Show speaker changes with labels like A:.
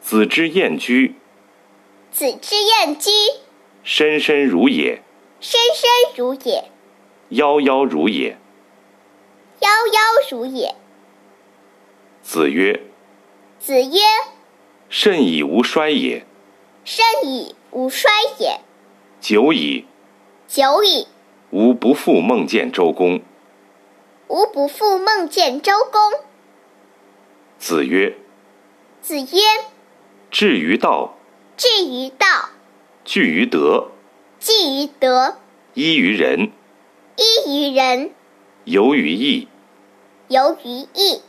A: 子之燕居，
B: 子之燕居，
A: 深深如也，
B: 深深如也，
A: 夭夭如也。
B: 夭夭如也。
A: 子曰
B: 子曰：“
A: 甚矣吾衰也，：“
B: 甚矣，吾衰也！
A: 久矣，
B: 久矣，
A: 吾不复梦见周公。”
B: 吾不复梦见周公。
A: 子曰”
B: 子曰：“
A: 至于道，：“
B: 至于道，
A: 据于德，
B: 记于德，
A: 依于仁，
B: 依于仁，
A: 游于义。”
B: 游于义。”